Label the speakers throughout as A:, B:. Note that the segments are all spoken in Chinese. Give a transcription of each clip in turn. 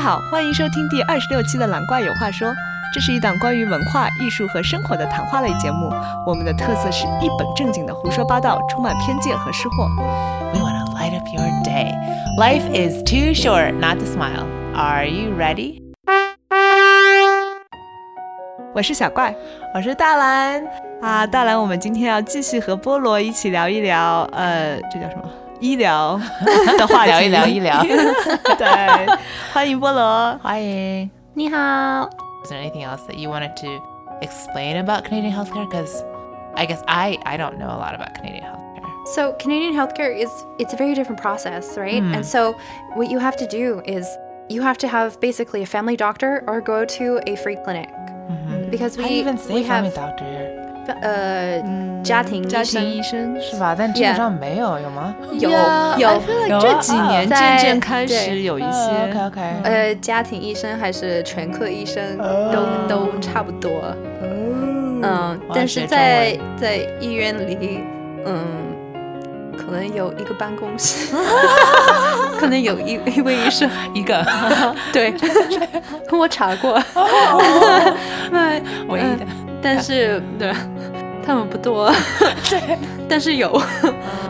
A: 好，欢迎收听第二十六期的《蓝怪有话说》，这是一档关于文化艺术和生活的谈话类节目。我们的特色是一本正经的胡说八道，充满偏见和失货。
B: We want to light up your day. Life is too short not to smile. Are you ready?
A: 我是小怪
B: 我是大蓝，
A: 啊，大兰，我们今天要继续和菠萝一起聊一聊，呃，这叫什么？医 疗的话题，
B: 聊一聊医疗
A: 对，欢迎菠萝。
B: Hi.
C: 你好，
B: Is there anything else that you wanted to explain about Canadian healthcare? Because I guess I, I don't know a lot about Canadian healthcare.
C: So Canadian healthcare is it's a very different process, right?
B: Hmm.
C: And so what you have to do is you have to have basically a family doctor or go to a free clinic because
B: Mm-hmm. How do
C: we
B: you even say
C: we
B: family
C: have uh,
B: doctor?
C: 呃、家庭
A: 家庭
C: 医生
A: 医生是吧？
B: 是吧？但基本上没有，有吗？
C: 有
A: I
C: 有
A: feel like
B: 有啊
A: 这几年渐
C: 在
A: 渐开始
C: 对
A: 有一些，
B: OK OK。
C: 呃家庭医生还是全科医生
B: Oh.
C: 都、都差不多，嗯，
B: 我要
C: 但
B: 学
C: 是
B: 中
C: 在在医院里，嗯，可能有一个办公 室，可能有一一位医生。
B: 一个
C: 对，我查过，那
B: 唯一的。
C: 但是对，他们不多，但是有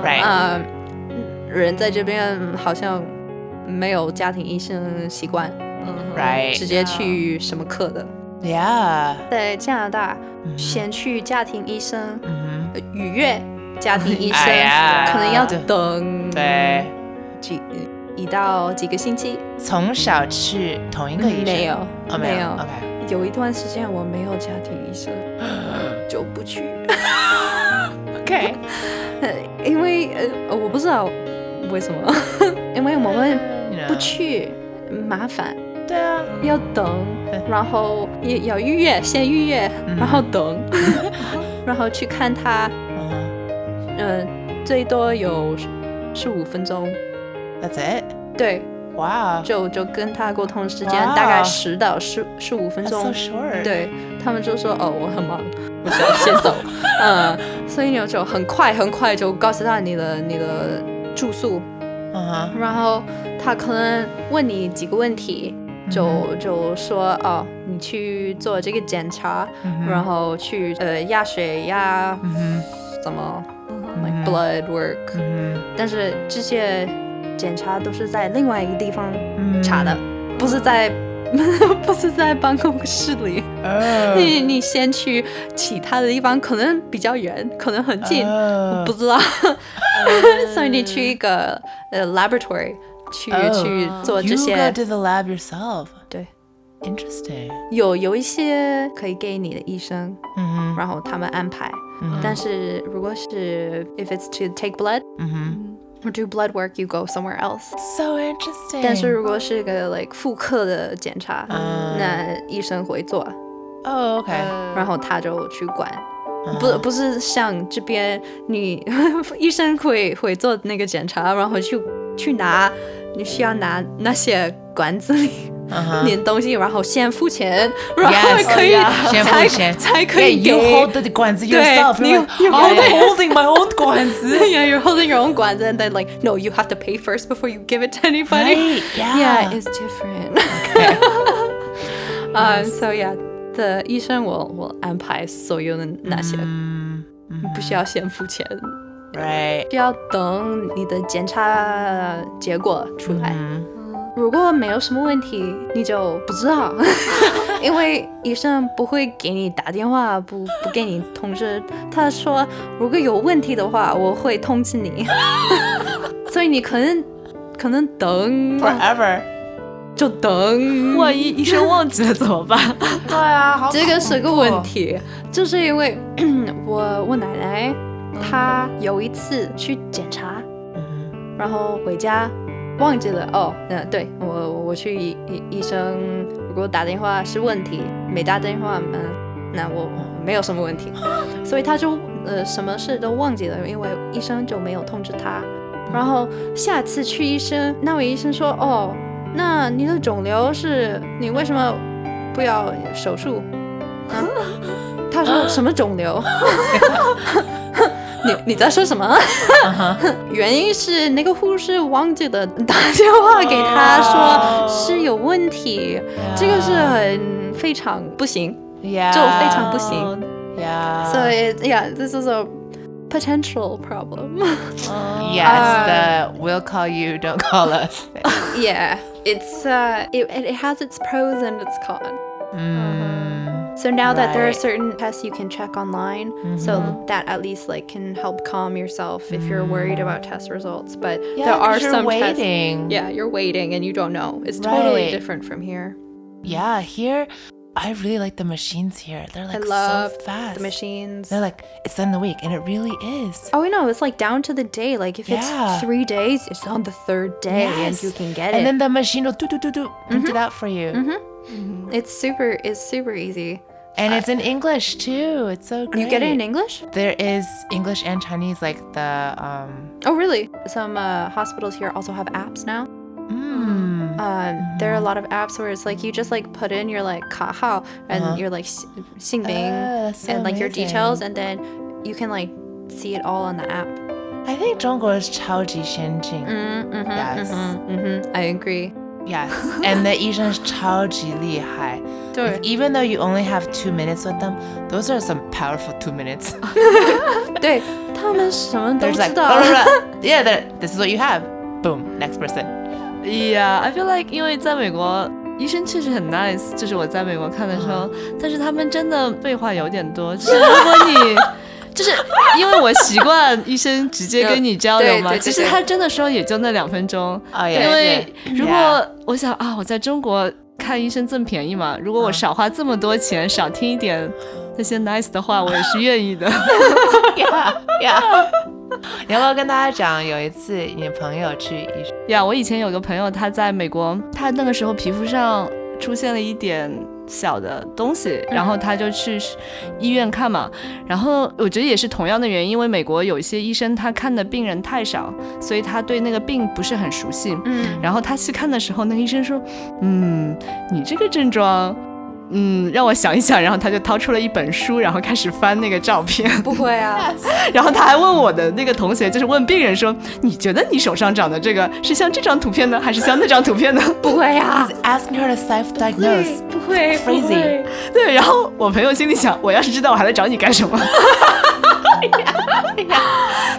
B: Right.
C: 啊、人在这边好像没有家庭医生习惯，直
B: Right.
C: 接去什么科的，
B: Yeah.
C: 在加拿大先去家庭医生，
B: 嗯哼。
C: 呃愉悦家庭医生，
B: 哎呀
C: 可能要
B: 对 Mm-hmm.
C: 等
B: 对。
C: 几一到几个星期，
B: 从小去同一个医生？
C: 没有
B: 哦，没
C: 没有
B: OK，
C: 有一段时间我没有家庭医生，就不去。
B: OK，
C: 呃因为呃，我不知道为什么， 因为我们不去麻烦，
B: 对啊，
C: 要等，然后也要预约，先预约，然后等， 然后去看他，
B: 嗯
C: 嗯、最多有十五分钟，
B: ，That's it，
C: 对，
B: 哇、wow,，
C: 就就跟他沟通时间
B: 哇
C: 大概十到十十五分
B: That's
C: 钟
B: so short
C: 对他们就说哦我很忙，我想先走，嗯，所以你就很快很快就告诉他你的你的住宿，
B: 嗯哼，
C: 然后他可能问你几个问题，就就说哦，你去做这个检查，
B: Mm-hmm. 嗯
C: 然后去呃压血压，什么 like blood work，、但
B: 嗯
C: 是这些检查都是在另外一个地方
B: 嗯 Mm-hmm.
C: 查的，不是在。 不是在办公室里，
B: Oh. 嗯
C: 你你先去其他的地方，可能比较远，可能很
B: 啊
C: 近，
B: 呃
C: 我
B: Oh.
C: 不知道， 所以你去一个呃 laboratory 去、去做这
B: You
C: 些
B: go，to the lab yourself.
C: 对，
B: Interesting.
C: 有有一些可以给你的医生，
B: 嗯哼，
C: 然后他们安排，
B: 嗯
C: 但是如果是 if it's to take blood
B: 嗯哼
C: or do blood work you go somewhere else，、
B: ，So interesting.
C: 但是如果是个 like 妇科的检查，那医生会做，
B: 哦、o k
C: 然后他就去管。
B: 嗯
C: 不不是像这边你 医生会会做那个检查，然后去去拿你需要拿那些管子里
B: 嗯哼
C: 你的东西，然后先付钱，然后
B: Yes，哦
C: 可以
B: 先付
C: 才
B: 钱
C: 才可以
B: Yeah, you
C: 给
B: hold the 管子 yourself.
C: 你
B: You're like,
C: you
B: I'm
C: hold it.
B: holding my own 管子。
C: yeah, you're holding your own 管子，and then like no, you have to pay first before you give it to anybody.
B: Right, yeah.
C: Yeah, it's different. um, so yeah, the 医生我我安排所有的那些，不需要先付钱，
B: Right.
C: 需要等你的检查结果出来。
B: Mm-hmm.
C: 如果没有什么问题，你就不知道，因为医生不会给你打电话，不不给你通知。他说如果有问题的话，我会通知你，所以你可能可能 等
B: Forever.
C: 就等。
A: 万一医生忘记了怎么办？
B: 对啊，好
C: 这个是个问题，就是因为 我我奶奶她有一次去检查，然后回家忘记了哦，嗯，对我我去医医医生给我打电话是问题，没打电话嗯，那我没有什么问题，所以她就呃什么事都忘记了，因为医生就没有通知她。然后下次去医生，那位医生说哦，那你的肿瘤是你为什么不要手 术？啊、他说什么肿瘤？ 你你在说什么？原因是那个护士忘记了打电话给他
B: 哦
C: 说是有问题，这个是很非常不行。
B: yeah,
C: 就非常不行。
B: Yeah.
C: So it, yeah, this is a potential problem.
B: yes, the we'll call you, don't call us.
C: yeah, it's uh, it, it has its pros and its cons.
B: Mm.
C: So now that there are
B: Right. Mm-hmm.
C: certain tests you can check online, so that at least like can help calm yourself if you're worried about test results. But
B: Mm. Yeah,
C: there
B: 'cause
C: are
B: you're
C: some tests.
B: waiting.
C: Yeah, you're waiting and you don't know. It's totally
B: Right.
C: different from here.
B: Yeah, here I really like the machines here. They're like
C: love
B: so fast.
C: The machines.
B: They're like it's done in a week, and it really is.
C: oh, I know. It's like down to the day. Like if
B: Yeah.
C: it's three days, it's on the third day and
B: Yes.
C: you can get
B: And
C: it. Mm-hmm.
B: then the machine will do do do do print it out for you,
C: it's super. It's super easy.
B: and it's in English too. It's so great.
C: You get it in English?
B: There is English and Chinese, like the um.
C: Oh, really? Some uh, hospitals here also have apps now.
B: Mm,
C: Um, there are a lot of apps where it's like you just like put in your like kahao and
B: Uh-huh.
C: your like xingbing
B: Oh, that's so
C: and like your
B: amazing.
C: details, and then you can like see it all on the app.
B: I think 中国 is 超级先进。
C: Mm, mhm,
B: Yes.
C: mhm, mhm.
B: mm-hmm.
C: I agree.
B: Yes, and the Asian is 超级厉害. Even though you only have two minutes with them, those are some powerful two minutes.
C: 对，他们什么都
B: There's like,
C: 知道。
B: yeah, that, this is what you have. Boom, next person.
A: Yeah, I feel like 因为在美国，医生确实很 nice，就是我在美国看的时候，
C: 嗯
A: 但是他们真的废话有点多，就是如果你。 就是因为我习惯医生直接跟你交流嘛，
C: 对对对
A: 其实他真的说也就那两分钟，
B: Oh
A: 因
B: yeah.
A: 为如果我想啊，我在中国看医生这么便宜嘛，如果
C: 嗯
A: 我少花这么多钱，少听一点那些 nice 的话，我也是愿意的。
B: yeah, yeah. 你要不要跟大家讲，有一次你朋友去医生？
A: 呀我以前有个朋友，他在美国，他那个时候皮肤上出现了一点小的东西，然后他就去医院看嘛。然后我觉得也是同样的原因，因为美国有一些医生他看的病人太少，所以他对那个病不是很熟悉。
C: 嗯，
A: 然后他细看的时候，那个医生说：“嗯，你这个症状，嗯，让我想一想。”然后他就掏出了一本书，然后开始翻那个照片。
C: 不会啊，
A: 然后他还问我的那个同学，就是问病人说：“你觉得你手上长的这个是像这张图片呢，还是像那张图片呢
C: 不会啊，
B: Asking her to self-diagnose.
C: 不会
B: It's crazy.？”
A: 对，然后我朋友心里想，我要是知道，我还来找你干什么？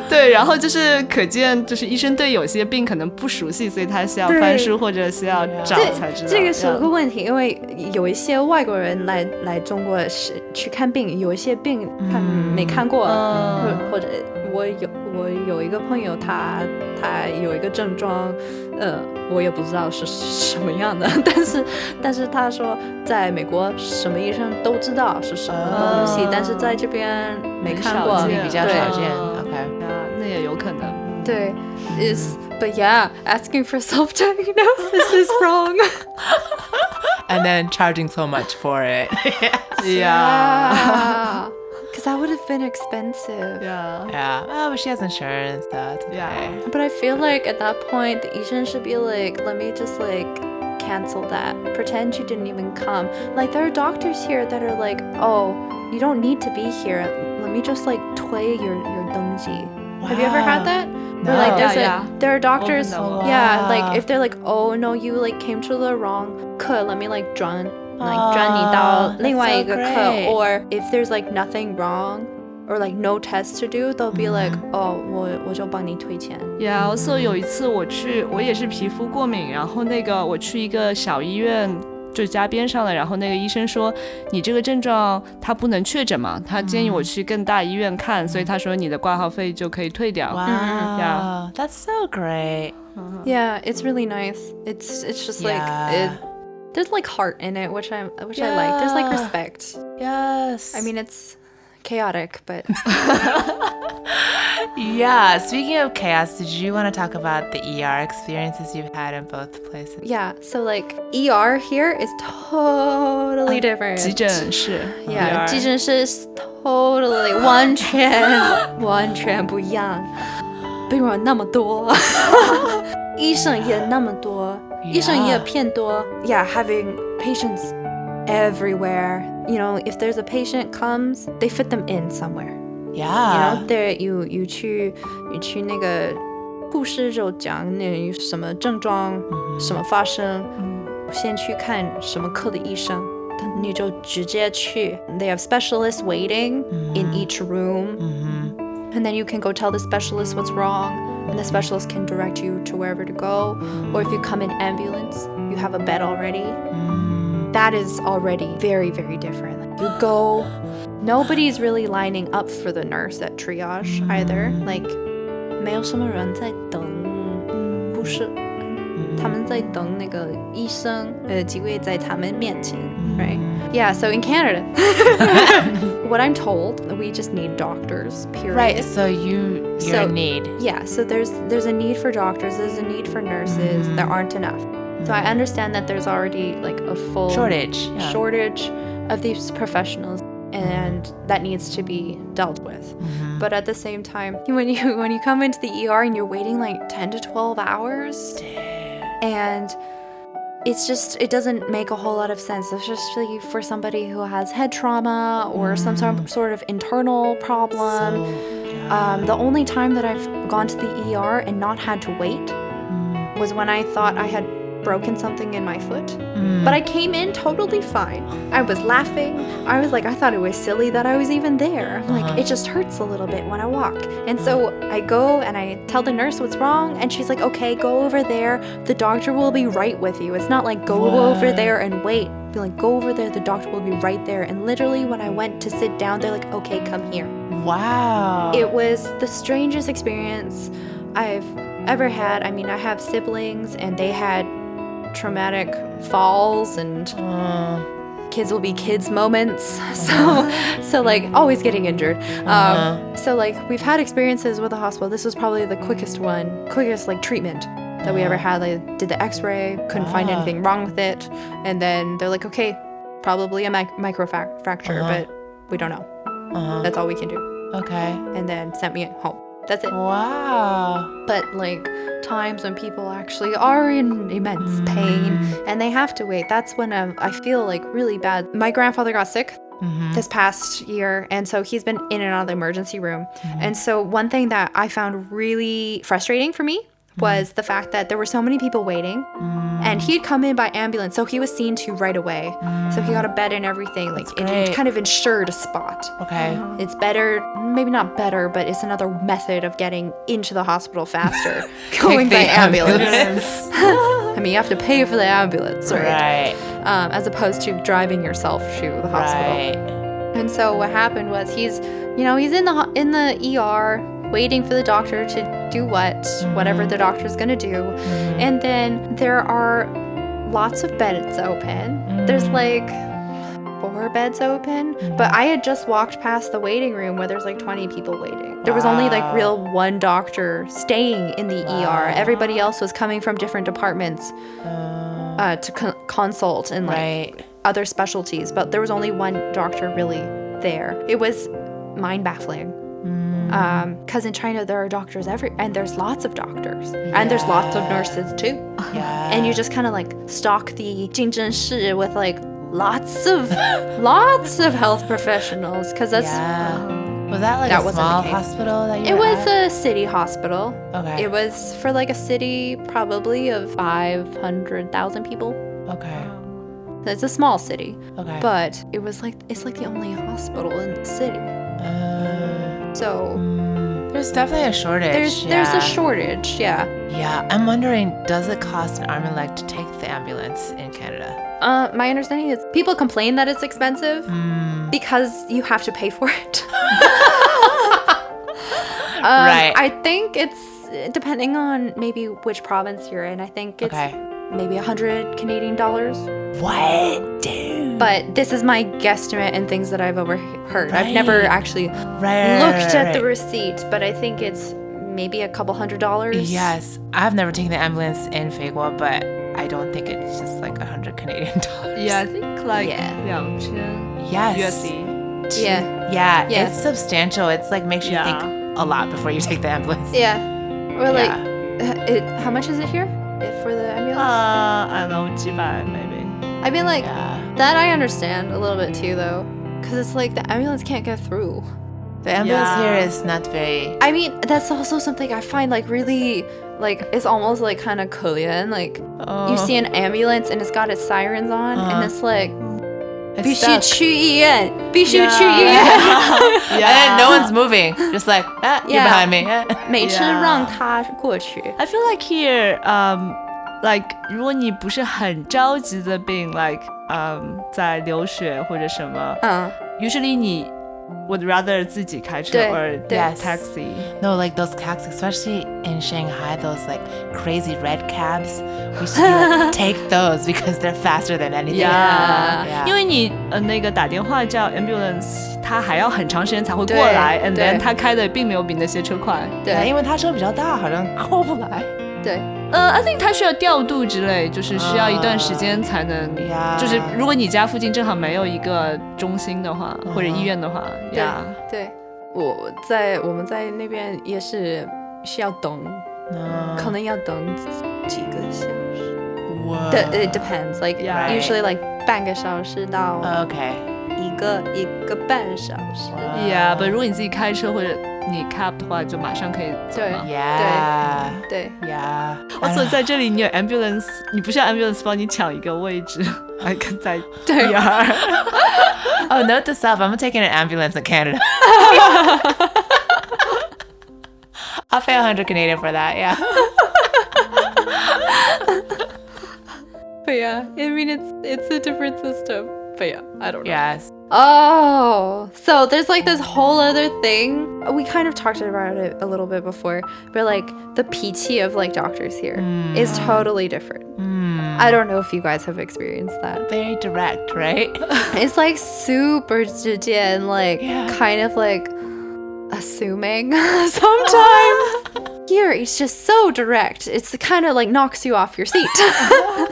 A: 对，然后就是可见，就是医生对有些病可能不熟悉，所以他需要翻书或者需要找才知
C: 这
A: 道。
C: 这个是有个
A: 嗯
C: 问题，因为有一些外国人来来中国是去看病，有一些病看、没看过，
A: 嗯
C: 或或者我有我有一个朋友他，他有一个症状，呃，我也不知道是什么样的，但是但是他说在美国什么医生都知道是什么东西，
A: 哦
C: 但是在这边没看过，
A: 很少见
C: 对
B: 比较少见。
A: 对。
B: Okay.
A: 啊那也有 可能。
C: 对，is but yeah, asking for self diagnosis is wrong.
B: And then charging so much for it.
C: 啊 Yeah. Because that would have been expensive.
A: 呀
B: yeah. Oh, but she has insurance, so it's okay.
A: Yeah.
C: But I feel like at that point, the Asian should be like, let me just like cancel that. Pretend you didn't even come. Like, there are doctors here that are like, oh, you don't need to be here. Let me just like toy your, your dongji. Have you ever
B: Wow.
C: had that?
B: No.
C: Or like,
A: Yeah,
C: there's a,
A: yeah.
C: there are doctors,
A: Oh,
C: yeah,
B: wow.
C: like if they're like, oh no, you like came to the wrong 课, let me like
B: Aw,
C: 转 like 转你到
B: that's
C: 另外一个课
B: so great.
C: or if there's like nothing wrong or like no tests to do, they'll be like, oh 我我就帮你退钱。
A: Yeah, also 有一次我去，我也是皮肤过敏，然后那个我去一个小医院，就家边上的，然后那个医生说你这个症状他不能确诊嘛，他建议我去更大医院看，所以他说你的挂号费就可以退掉。
C: Mm-hmm.
B: Wow. That's so great.
C: Yeah, it's really nice. It's it's just
B: Yeah.
C: like it, there's like heart in it, which I which I like. There's like
B: Yeah.
C: respect.
B: Yes.
C: I mean, it's chaotic, but
B: Yeah, speaking of chaos, did you want to talk about the ER experiences you've had in both places?
C: yeah. So like ER here is
A: Uh,
C: totally different.
A: 急诊室
C: Yeah,
A: ER
C: 急诊室 totally 完全完全不一样，病人那么多，医生也那么多，医生也偏多。Yeah, having patients everywhere. You know, if there's a patient comes, they fit them in somewhere.
B: Yeah.
C: you know, there you you 去你去那个护士就讲你有什么症状，什么发生，先去看什么科的医生，他你就直接去。They have specialists waiting in each room, and then you can go tell the specialist what's wrong. And the specialist can direct you to wherever to go. Or if you come in ambulance, you have a bed already. That is already very, very different. Like, you go nobody's really lining up for the nurse at triage either. Like, 没有什么人在等护士，他们在等那个医生，呃，机会在他们面前，right? Yeah, so in Canada, what I'm told, we just need doctors, period.
B: Right. So you you're
C: So-
B: in need.
C: Yeah, so there's there's a need for doctors, there's a need for nurses,
B: Mm-hmm.
C: there aren't enough. So I understand that there's already like a full
B: Shortage. Yeah.
C: shortage of these professionals and that needs to be dealt with. But at the same time, when you when you come into the ER and you're waiting like 10 to 12 hours and it's just it doesn't make a whole lot of sense especially for somebody who has head trauma or some sort sort of internal problem um, the only time that i've gone to the er and not had to wait was when i thought i had broken something in my foot but i came in totally fine i was laughing i was like i thought it was silly that i was even there I'm like it just hurts a little bit when i walk and so i go and i tell the nurse what's wrong and she's like okay go over there the doctor will be right with you it's not like go over there and wait be like go over there the doctor will be right there and literally when i went to sit down they're like okay come here
B: Wow.
C: it was the strangest experience I've ever had. I mean, I have siblings and they had traumatic falls and kids will be kids moments. So, so like always getting injured.
B: Uh-huh.
C: Um, so like we've had experiences with the hospital. This was probably the quickest one, quickest like treatment that we ever had. They did the X-ray, couldn't find anything wrong with it, and then they're like, okay, probably a mic- microfracture, but we don't know. That's all we can do
B: Uh-huh. okay.
C: and then sent me home. That's it.
B: Wow.
C: But like times when people actually are in immense pain and they have to wait, that's when i I feel like really bad. My grandfather got sick this past year, and so he's been in and out of the emergency room. And so, one thing that I found really frustrating for me was the fact that there were so many people waiting. And he'd come in by ambulance, so he was seen to right away. So he got a bed and everything, like it- it
B: great.
C: kind of ensured a spot.
B: Okay.
C: It's better, maybe not better, but it's another method of getting into the hospital faster. going by
B: the
C: ambulance. I mean, you have to pay for the ambulance, right?
B: Right.
C: Um, as opposed to driving yourself to the hospital.
B: Right.
C: And so what happened was he's, you know, he's in the ho- in the ER waiting for the doctor to do what, whatever the doctor's gonna do, and then there are lots of beds open. There's like four beds open, but I had just walked past the waiting room where there's like 20 people waiting. There was only like real one doctor staying in the ER. Everybody else was coming from different departments uh, to con- consult and like
B: Right.
C: other specialties, but there was only one doctor really there. It was mind baffling.
B: Mm.
C: Because in China, there are doctors every, and there's lots of doctors, and there's lots of nurses too.
B: Yeah.
C: And you just kind of like stalk the Jingzhen Shi with like lots of, lots of health professionals. Because that's,
B: Yeah. Was that like
C: That
B: a
C: wasn't the
B: small
C: case.
B: hospital that you
C: it
B: were
C: was
B: at?
C: a city hospital.
B: Okay.
C: It was for like a city probably of 500,000 people.
B: okay.
C: It's a small city.
B: Okay.
C: but it was like it's like the only hospital in the city
B: Uh,
C: so
B: mm, there's definitely a shortage.
C: there's there's
B: yeah.
C: a shortage yeah
B: Yeah, I'm wondering, does it cost an arm and leg to take the ambulance in Canada?
C: uh, my understanding is people complain that it's expensive
B: Mm. Hmm,
C: because you have to pay for it Um,
B: Right.
C: i think it's depending on maybe which province you're in i think it's
B: Okay.
C: maybe 100 canadian dollars
B: What, dude?
C: but this is my guesstimate and things that i've overheard i've never
B: Right.
C: actually
B: Right,
C: looked at the
B: right.
C: receipt, but I think it's maybe a couple hundred dollars.
B: Yes, I've never taken the ambulance in Fagua, but I don't think it's just like 100 Canadian dollars.
A: Yeah, I think like
C: Yeah.
A: 2000
B: Yes.
A: USD.
C: Yeah.
B: Yeah,
C: Yeah.
B: it's substantial. It's like makes you
A: Yeah.
B: think a lot before you take the ambulance.
C: Yeah. Or like, uh, it, how much is it here If for the ambulance?
A: Uh, I don't know, 几百 maybe.
C: I mean, like
B: Yeah.
C: that I understand a little bit too, though, because it's like the ambulance can't get through.
B: The ambulance
A: Yeah.
B: here is not very.
C: I mean, that's also something I find like really like it's almost like kind of Korean. Like
A: Oh.
C: you see an ambulance and it's got its sirens on,
B: Uh-huh.
C: and it's like
B: It's
C: 必须
B: stuck.
C: 去医院，必须
A: Yeah.
C: 去医 院，
B: And then no one's moving. Just like, ah, you're
C: Yeah.
B: behind me. Ah.
C: 每次
A: Yeah.
C: 让他过去。
A: I feel like here, um, like 如果你不是很着急的病，like um 在流血或者什么
C: 嗯，
A: ，usually 你 would rather 自己开车
C: 对
A: or
C: 对
A: get taxi。
B: No, like those cabs, especially in Shanghai, those like crazy red cabs. We should be like, take those because they're faster than anything.
A: Yeah.
B: Yeah.
A: 因为你呃那个打电话叫 ambulance，它还要很长时间才会过
C: 对
A: 来，and
C: 对
A: then 它开的并没有比那些车快。
B: Yeah,
C: 对
B: 因为它车比较大，好像过不来。
C: 对，
A: 呃，I think 它需要调度之类，就是需要一段时间才能。
B: Yeah.
A: 就是如果你家附近正好没有一个中心的话，或者医院的话，
C: 对
A: 呀，
C: 对，我在我们在那边也是需要等，
B: 嗯，
C: 可能要等几个小时。
B: 哇。
C: 对，it depends. Like
A: Yeah.
C: usually like 半个小时到
B: Okay.
C: 一个一个半小时。
A: 呀，不，如果你自己开车或者你 cab 的话，就马上可以走
C: 对
A: 嘛。
B: Yeah.
C: 对
B: Yeah.
A: 我
B: I
A: 所
B: don't-
A: 在这里，你有 ambulance，你不需要 ambulance 帮你抢一个位置，还跟在
C: 对
B: Oh, note to self. I'm taking an ambulance in Canada. I'll pay 100 Canadian for that. Yeah.
C: 对呀，I mean it's it's a different system. But yeah, I don't know.
B: Yes.
C: Oh, so there's like this whole other thing. We kind of talked about it a little bit before, but like the PT of like doctors here is totally different. I don't know if you guys have experienced that.
B: Very direct, right?
C: It's like super 直接 and like
B: Yeah.
C: kind of like assuming sometimes. Here, it's just so direct. It's kind of like knocks you off your seat.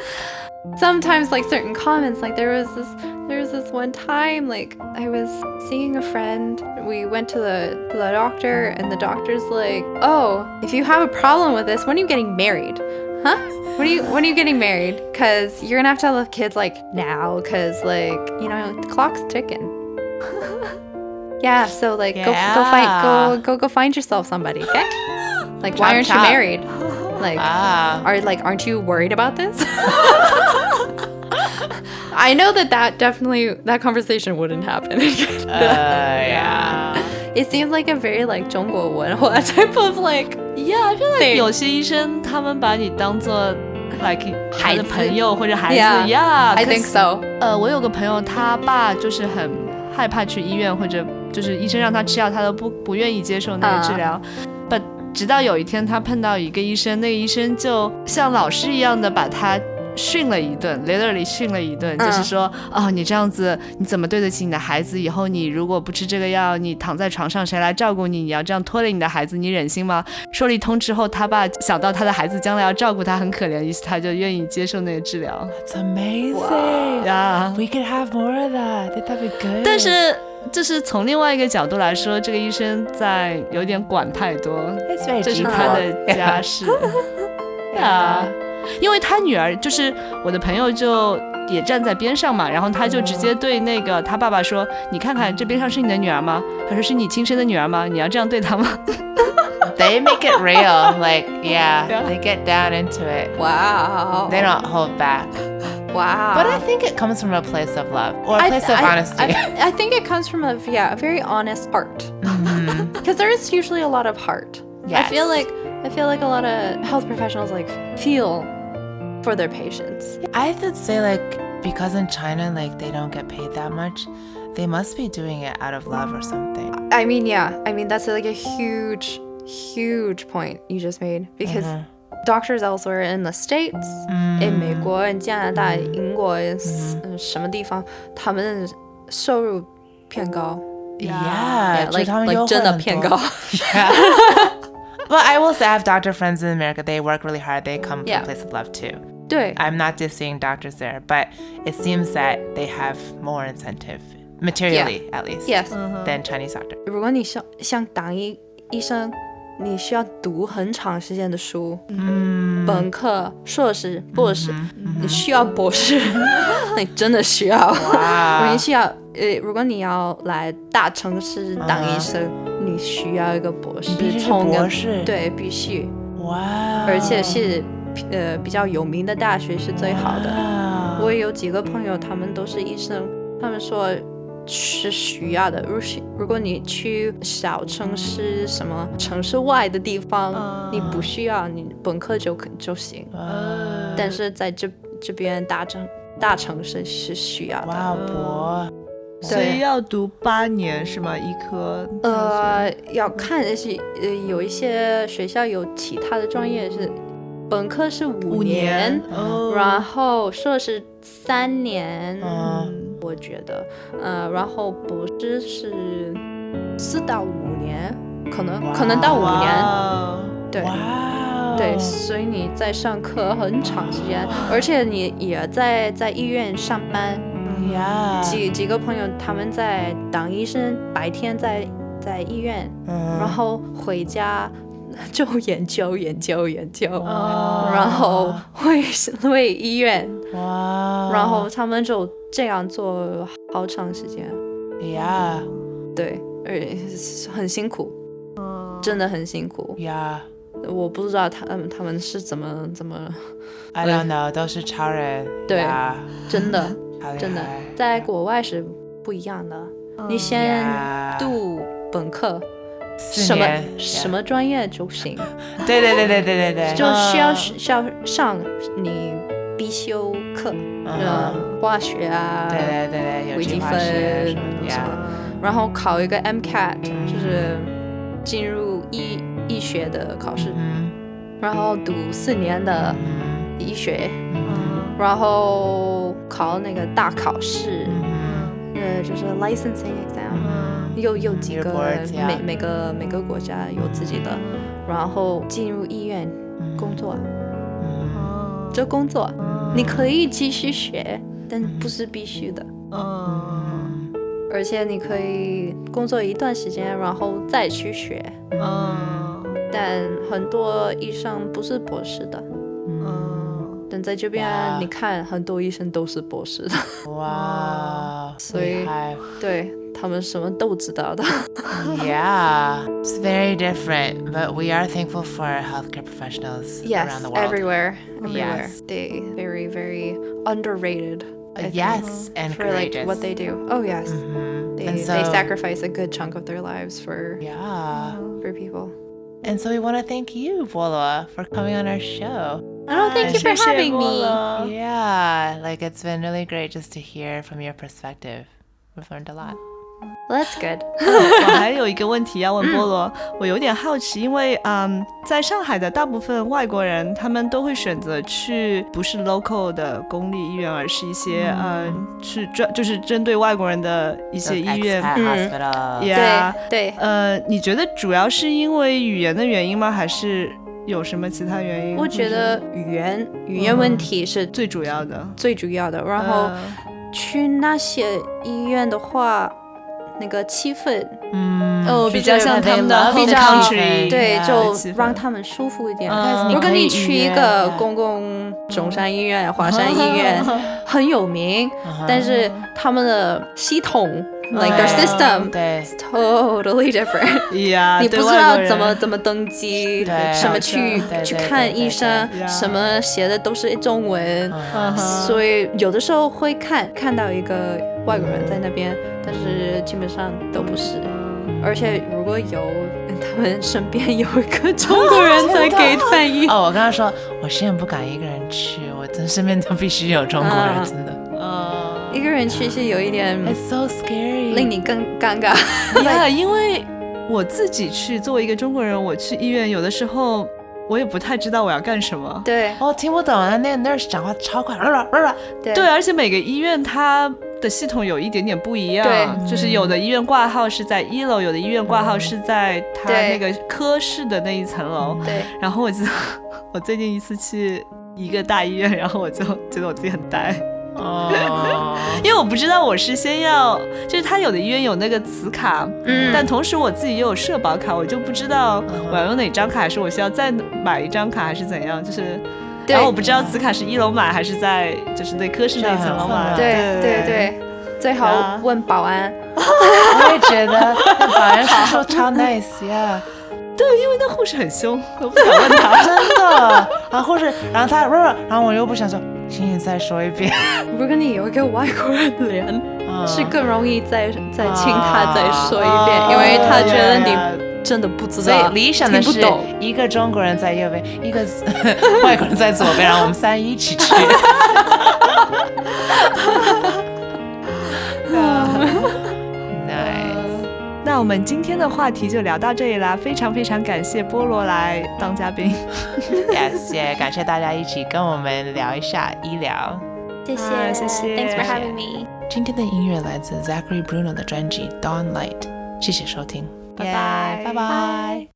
C: Sometimes, like certain comments, like there was this, there was this one time, like I was seeing a friend. We went to the to the doctor, and the doctor's like, "Oh, if you have a problem with this, when are you getting married? Huh? When are you when are you getting married? Cause you're gonna have to have kids like now, cause like you know the clock's ticking." yeah. So like, go go find
B: Yeah.
C: go go go find yourself somebody okay like why aren't
B: chop.
C: you married like
B: Ah.
C: are like aren't you worried about this i know that that definitely that conversation wouldn't happen again.
B: Uh, yeah.
C: it seems like a very like 中国文化 type of like
A: Yeah, I feel like
C: 对
A: 有些医生他们把你当做 like 他
C: 孩
A: 的
C: 子
A: 朋友或者孩子
C: Yeah,
A: Yeah,
C: i think
A: cause-
C: so
A: 呃，我有个朋友，他爸就是很害怕去医院，或者就是医生让他吃药，他都不不愿意接受那个治疗。But 直到有一天，他碰到一个医生，那个医生就像老师一样的把他。训了一顿，literally 训了一顿，就是
C: 嗯
A: 说，哦，你这样子，你怎么对得起你的孩子？以后你如果不吃这个药，你躺在床上，谁来照顾你？你要这样拖累你的孩子，你忍心吗？说了一通之后，他爸想到他的孩子将来要照顾他，很可怜，于是他就愿意接受那个治疗。
B: It's amazing.
A: 呀、
B: We could have more of that. Think that'd be good.
A: 但是，就是从另外一个角度来说，这个医生在有点管太多，
B: it's very
A: 这是
B: deep
A: 他
B: work.
A: 的家事。对啊，因为他女儿就是我的朋友，就也站在边上嘛，然后他就直接对那个他爸爸说：“你看看这边上是你的女儿吗？他说是你亲生的女儿吗？你要这样对她吗
B: They make it real. Like, yeah,
A: Yeah.
B: they get down into it.
C: wow
B: They don't hold back.
C: wow
B: But I think it comes from a place of love or a
C: Ah. I-
B: place of
C: I-
B: honesty.
C: I, I think it comes from a yeah, a very honest heart. Because is usually a lot of heart. I feel
B: Mm-hmm. Yes.
C: like I feel like a lot of health professionals like feel for their patients.
B: I would say like because in China like they don't get paid that much, they must be doing it out of love or something.
C: I mean, yeah, I mean that's like a huge, huge point you just made because
B: Uh-huh.
C: doctors elsewhere in the states,
B: Mm-hmm. Mm.
C: in 美国、in 加拿大、英国、嗯 uh, 什么地方，他们收入偏高
B: Yeah,
C: like
B: 就他们
C: like 真的
B: Uh, 优惠很多。
C: 偏高。
B: But I will say I have doctor friends in America. They work really hard. They come from
C: Yeah.
B: a place of love too.
C: 对
B: I'm not just seeing doctors there, but it seems that they have more incentive materially at least Mm-hmm.
C: ，yes。
B: than Chinese doctors.
C: 如果你想想当医医生，你需要读很长时间的书，
B: 嗯
C: 本科、硕士、 博士，你需要博士，你真的需要，你需要呃，如果你要来大城市
B: 啊
C: 当医生，你需要一个博士，
B: 你必须是
C: 从一个
B: 博士
C: 对，必须，
B: 哇，
C: 而且是呃比较有名的大学是最好的。
B: 哇
C: 我也有几个朋友，他们都是医生，他们说是需要的。如是如果你去小城市、什么城市外的地方，
A: 嗯
C: 你不需要，你本科就可就行。
A: 呃
C: 但是在这这边大城大城市是需要的。
B: 哇，博
A: 哦所
C: 对
A: 以要读八年是吗？医科大学
C: 呃，要看是呃有一些学校有其他的专业是本科是五
A: 五年，
C: 然后硕士三年。
B: 嗯，
A: 嗯
C: 我觉得，呃，然后博士是四到五年，可能可能到五
A: 哇
C: 年，
A: 哦
C: 对
B: 哇，哦
C: 对，所以你在上课很长时间，而且你也在在医院上班。
B: 呀，
C: 几几个朋友他们在当医生，白天在在医院，
B: 嗯，
C: 然后回家就研究研究研究，
B: 嗯
A: 哦
C: 然后会 会医院，
B: 哇，哦
C: 然后他们就这样做好长时间。
A: 啊
B: 呀
C: 对，而很辛苦，真的很辛苦。
B: 呀
C: 我不知道他们他们是怎么怎么
B: ，I don't know，都是超人，
C: 对
B: 呀
C: 真的
B: 好厉
C: 真的
B: 害，
C: 在国外是不一样的。
A: 嗯
C: 你先
B: 呀
C: 读本科，
B: 四
C: 什么
B: 年嗯
C: 什么专业就行，
B: 对对对对对对对，哦
C: 就需要
B: 嗯
A: 啊
C: 需要上你必修课，
B: 嗯，
C: 嗯，化学啊，
B: 对对对对，有
C: 微积
B: 计划
C: 分
B: 式
C: 什么
B: 呀
C: 什么然后考一个 MCAT，就是进入医医学的考试，
B: 嗯
C: 然后读四年的
B: 嗯
C: 医学。
B: 嗯
C: 然后考那个大考试，
B: 嗯
C: 呃，就是 licensing exam，
B: 嗯
C: 又有几
B: 一个
C: 个
B: 国家
C: 每每个每个国家有自己的，然后进入医院工作，
B: 嗯
A: 哦
C: 就工作，你可以继续学，但不是必须的，
A: 嗯
C: 而且你可以工作一段时间，然后再去学，
A: 嗯
C: 但很多医生不是博士的，
A: 嗯
C: 但在这边
B: 哇
C: 你看很多医生都是博士 的，
B: 哇，哦
C: 所以
B: 厉害
C: 对他们什么都知道的。
B: yeah, it's very different, but we are thankful for healthcare professionals around
C: Yes,
B: the world.
C: everywhere, everywhere.
B: Yes.
C: They very very underrated. I think,
B: Uh, Yes, and
C: for like
B: courageous.
C: what they do. Oh yes,
B: Mhm.
C: they,
B: and so,
C: they sacrifice a good chunk of their lives for
B: Yeah.
C: for people.
B: And so we want to thank you, Voloa, for coming on our show.
C: I don't thank you for
A: 谢哎谢
C: having
A: 莫
C: me.
A: 了
B: Yeah, like it's been really great just to hear from your perspective. We've learned a lot.
C: That's good.
A: 我还有一个问题要
C: 嗯
A: 问菠萝，我有点好奇，因为嗯，在上海的大部分外国人，他们都会选择去不是 local 的公立医院，而是一些呃，
C: 嗯
A: 去专就是针对外国人的一
B: Those
A: 些医院
B: expat
C: 嗯。
B: hospital.
A: ，yeah，
C: 对
A: 呃，你觉得主要是因为语言的原因吗？还是有什么其他原因？
C: 我觉得语言语言问题是
A: 最主要的，呃
C: 最主要
A: 嗯
C: 的。然后去那些医院的话，那个气氛
B: 嗯，
A: 哦，
C: 就是
A: 比较像他们的
B: they
A: home
C: love
A: country，啊
B: it
C: 对
B: 呀
C: 就
A: 气氛
C: 让他们舒服一点。
A: 嗯
C: 如
B: 你
C: 果
B: 可以
C: 你去
B: 预
C: 一
B: 约
C: 个
B: 嗯
C: 公共中山医院、华山医 院很有名，
A: 啊
C: 但是他们的系统，like their
B: 对
C: system
B: 对
C: is totally different，
A: 呀，
C: 你
A: 啊对
C: 不知
A: 外
C: 道
A: 国人
C: 怎么怎么登 记，
B: 对
C: 什么
A: 对
C: 去
B: 对
C: 去
B: 对对
C: 看
B: 对
C: 医生
A: 对，
C: 什么写的都是中文，
B: Uh-huh.
A: 嗯哼
C: 所以有的时候会看看到一个外国人在那边，但是基本上都不是。而且如果有嗯他们身边有一个中国人在给翻译，
B: 哦，我刚刚说，我现在不敢一个人去，我真身边都必须有中国人，
C: 嗯
B: 真的。
A: 呃
B: 嗯
C: 一个人去是有一点
B: It's so scary。
C: 令你更尴尬。
A: 呀，因为我自己去作为一个中国人，我去医院有的时候我也不太知道我要干什么。
C: 对
B: 哦，听不懂啊，那个 nurse 讲话超快，啦啦啦啦。
C: 对啊
A: 对，而且每个医院它的系统有一点点不一样，
C: 对
A: 就是有的医院挂号是在一楼，有的医院挂号是在它那
C: 对
A: 个科室的那一层楼。
C: 对，
A: 然后我记得 我最近一次去一个大医院，然后我就觉得我自己很呆。
B: 哦，
A: 因为我不知道我是先要，就是他有的医院有那个磁卡，
C: 嗯
A: 但同时我自己也有社保卡，我就不知道
B: 嗯
A: 我要用哪张卡，还是我需要再买一张卡，还是怎样，就是。
C: 对
A: 然后我不知道磁卡是一楼买还是在就是那科室那一层楼买，
B: 这
C: 对对对，最好
A: Yeah
C: 问保安。
B: 我也觉得那保安叔叔超 nice 呀、
A: 对，因为那护士很凶，我不想问他。
B: 真的。然后护士，然后他不是，然后我又不想说，请你再说一遍。
C: 如果你有一个外国人脸，
B: 嗯
C: 是更容易再再请他再说一遍，
B: 啊
C: 因为他觉得
B: 啊
C: 你真的不知
B: 所以
C: 道，
B: 理想的
C: 听
B: 是
C: 不懂。
B: 一个中国人在右边，一个 外国人在左边，然后我们三一起去。Nice
A: 那我们今天的话题就聊到这里啦，非常非常感谢菠萝来当嘉宾，
B: 感谢感谢大家一起跟我们聊一下医疗。
D: 谢谢，
A: 啊谢谢
D: Thanks for
A: 谢谢
D: having me。
B: 今天的音乐来自 Zachary Bruno 的专辑《Dawn Light》，谢谢收听，
A: 拜拜
B: 拜拜。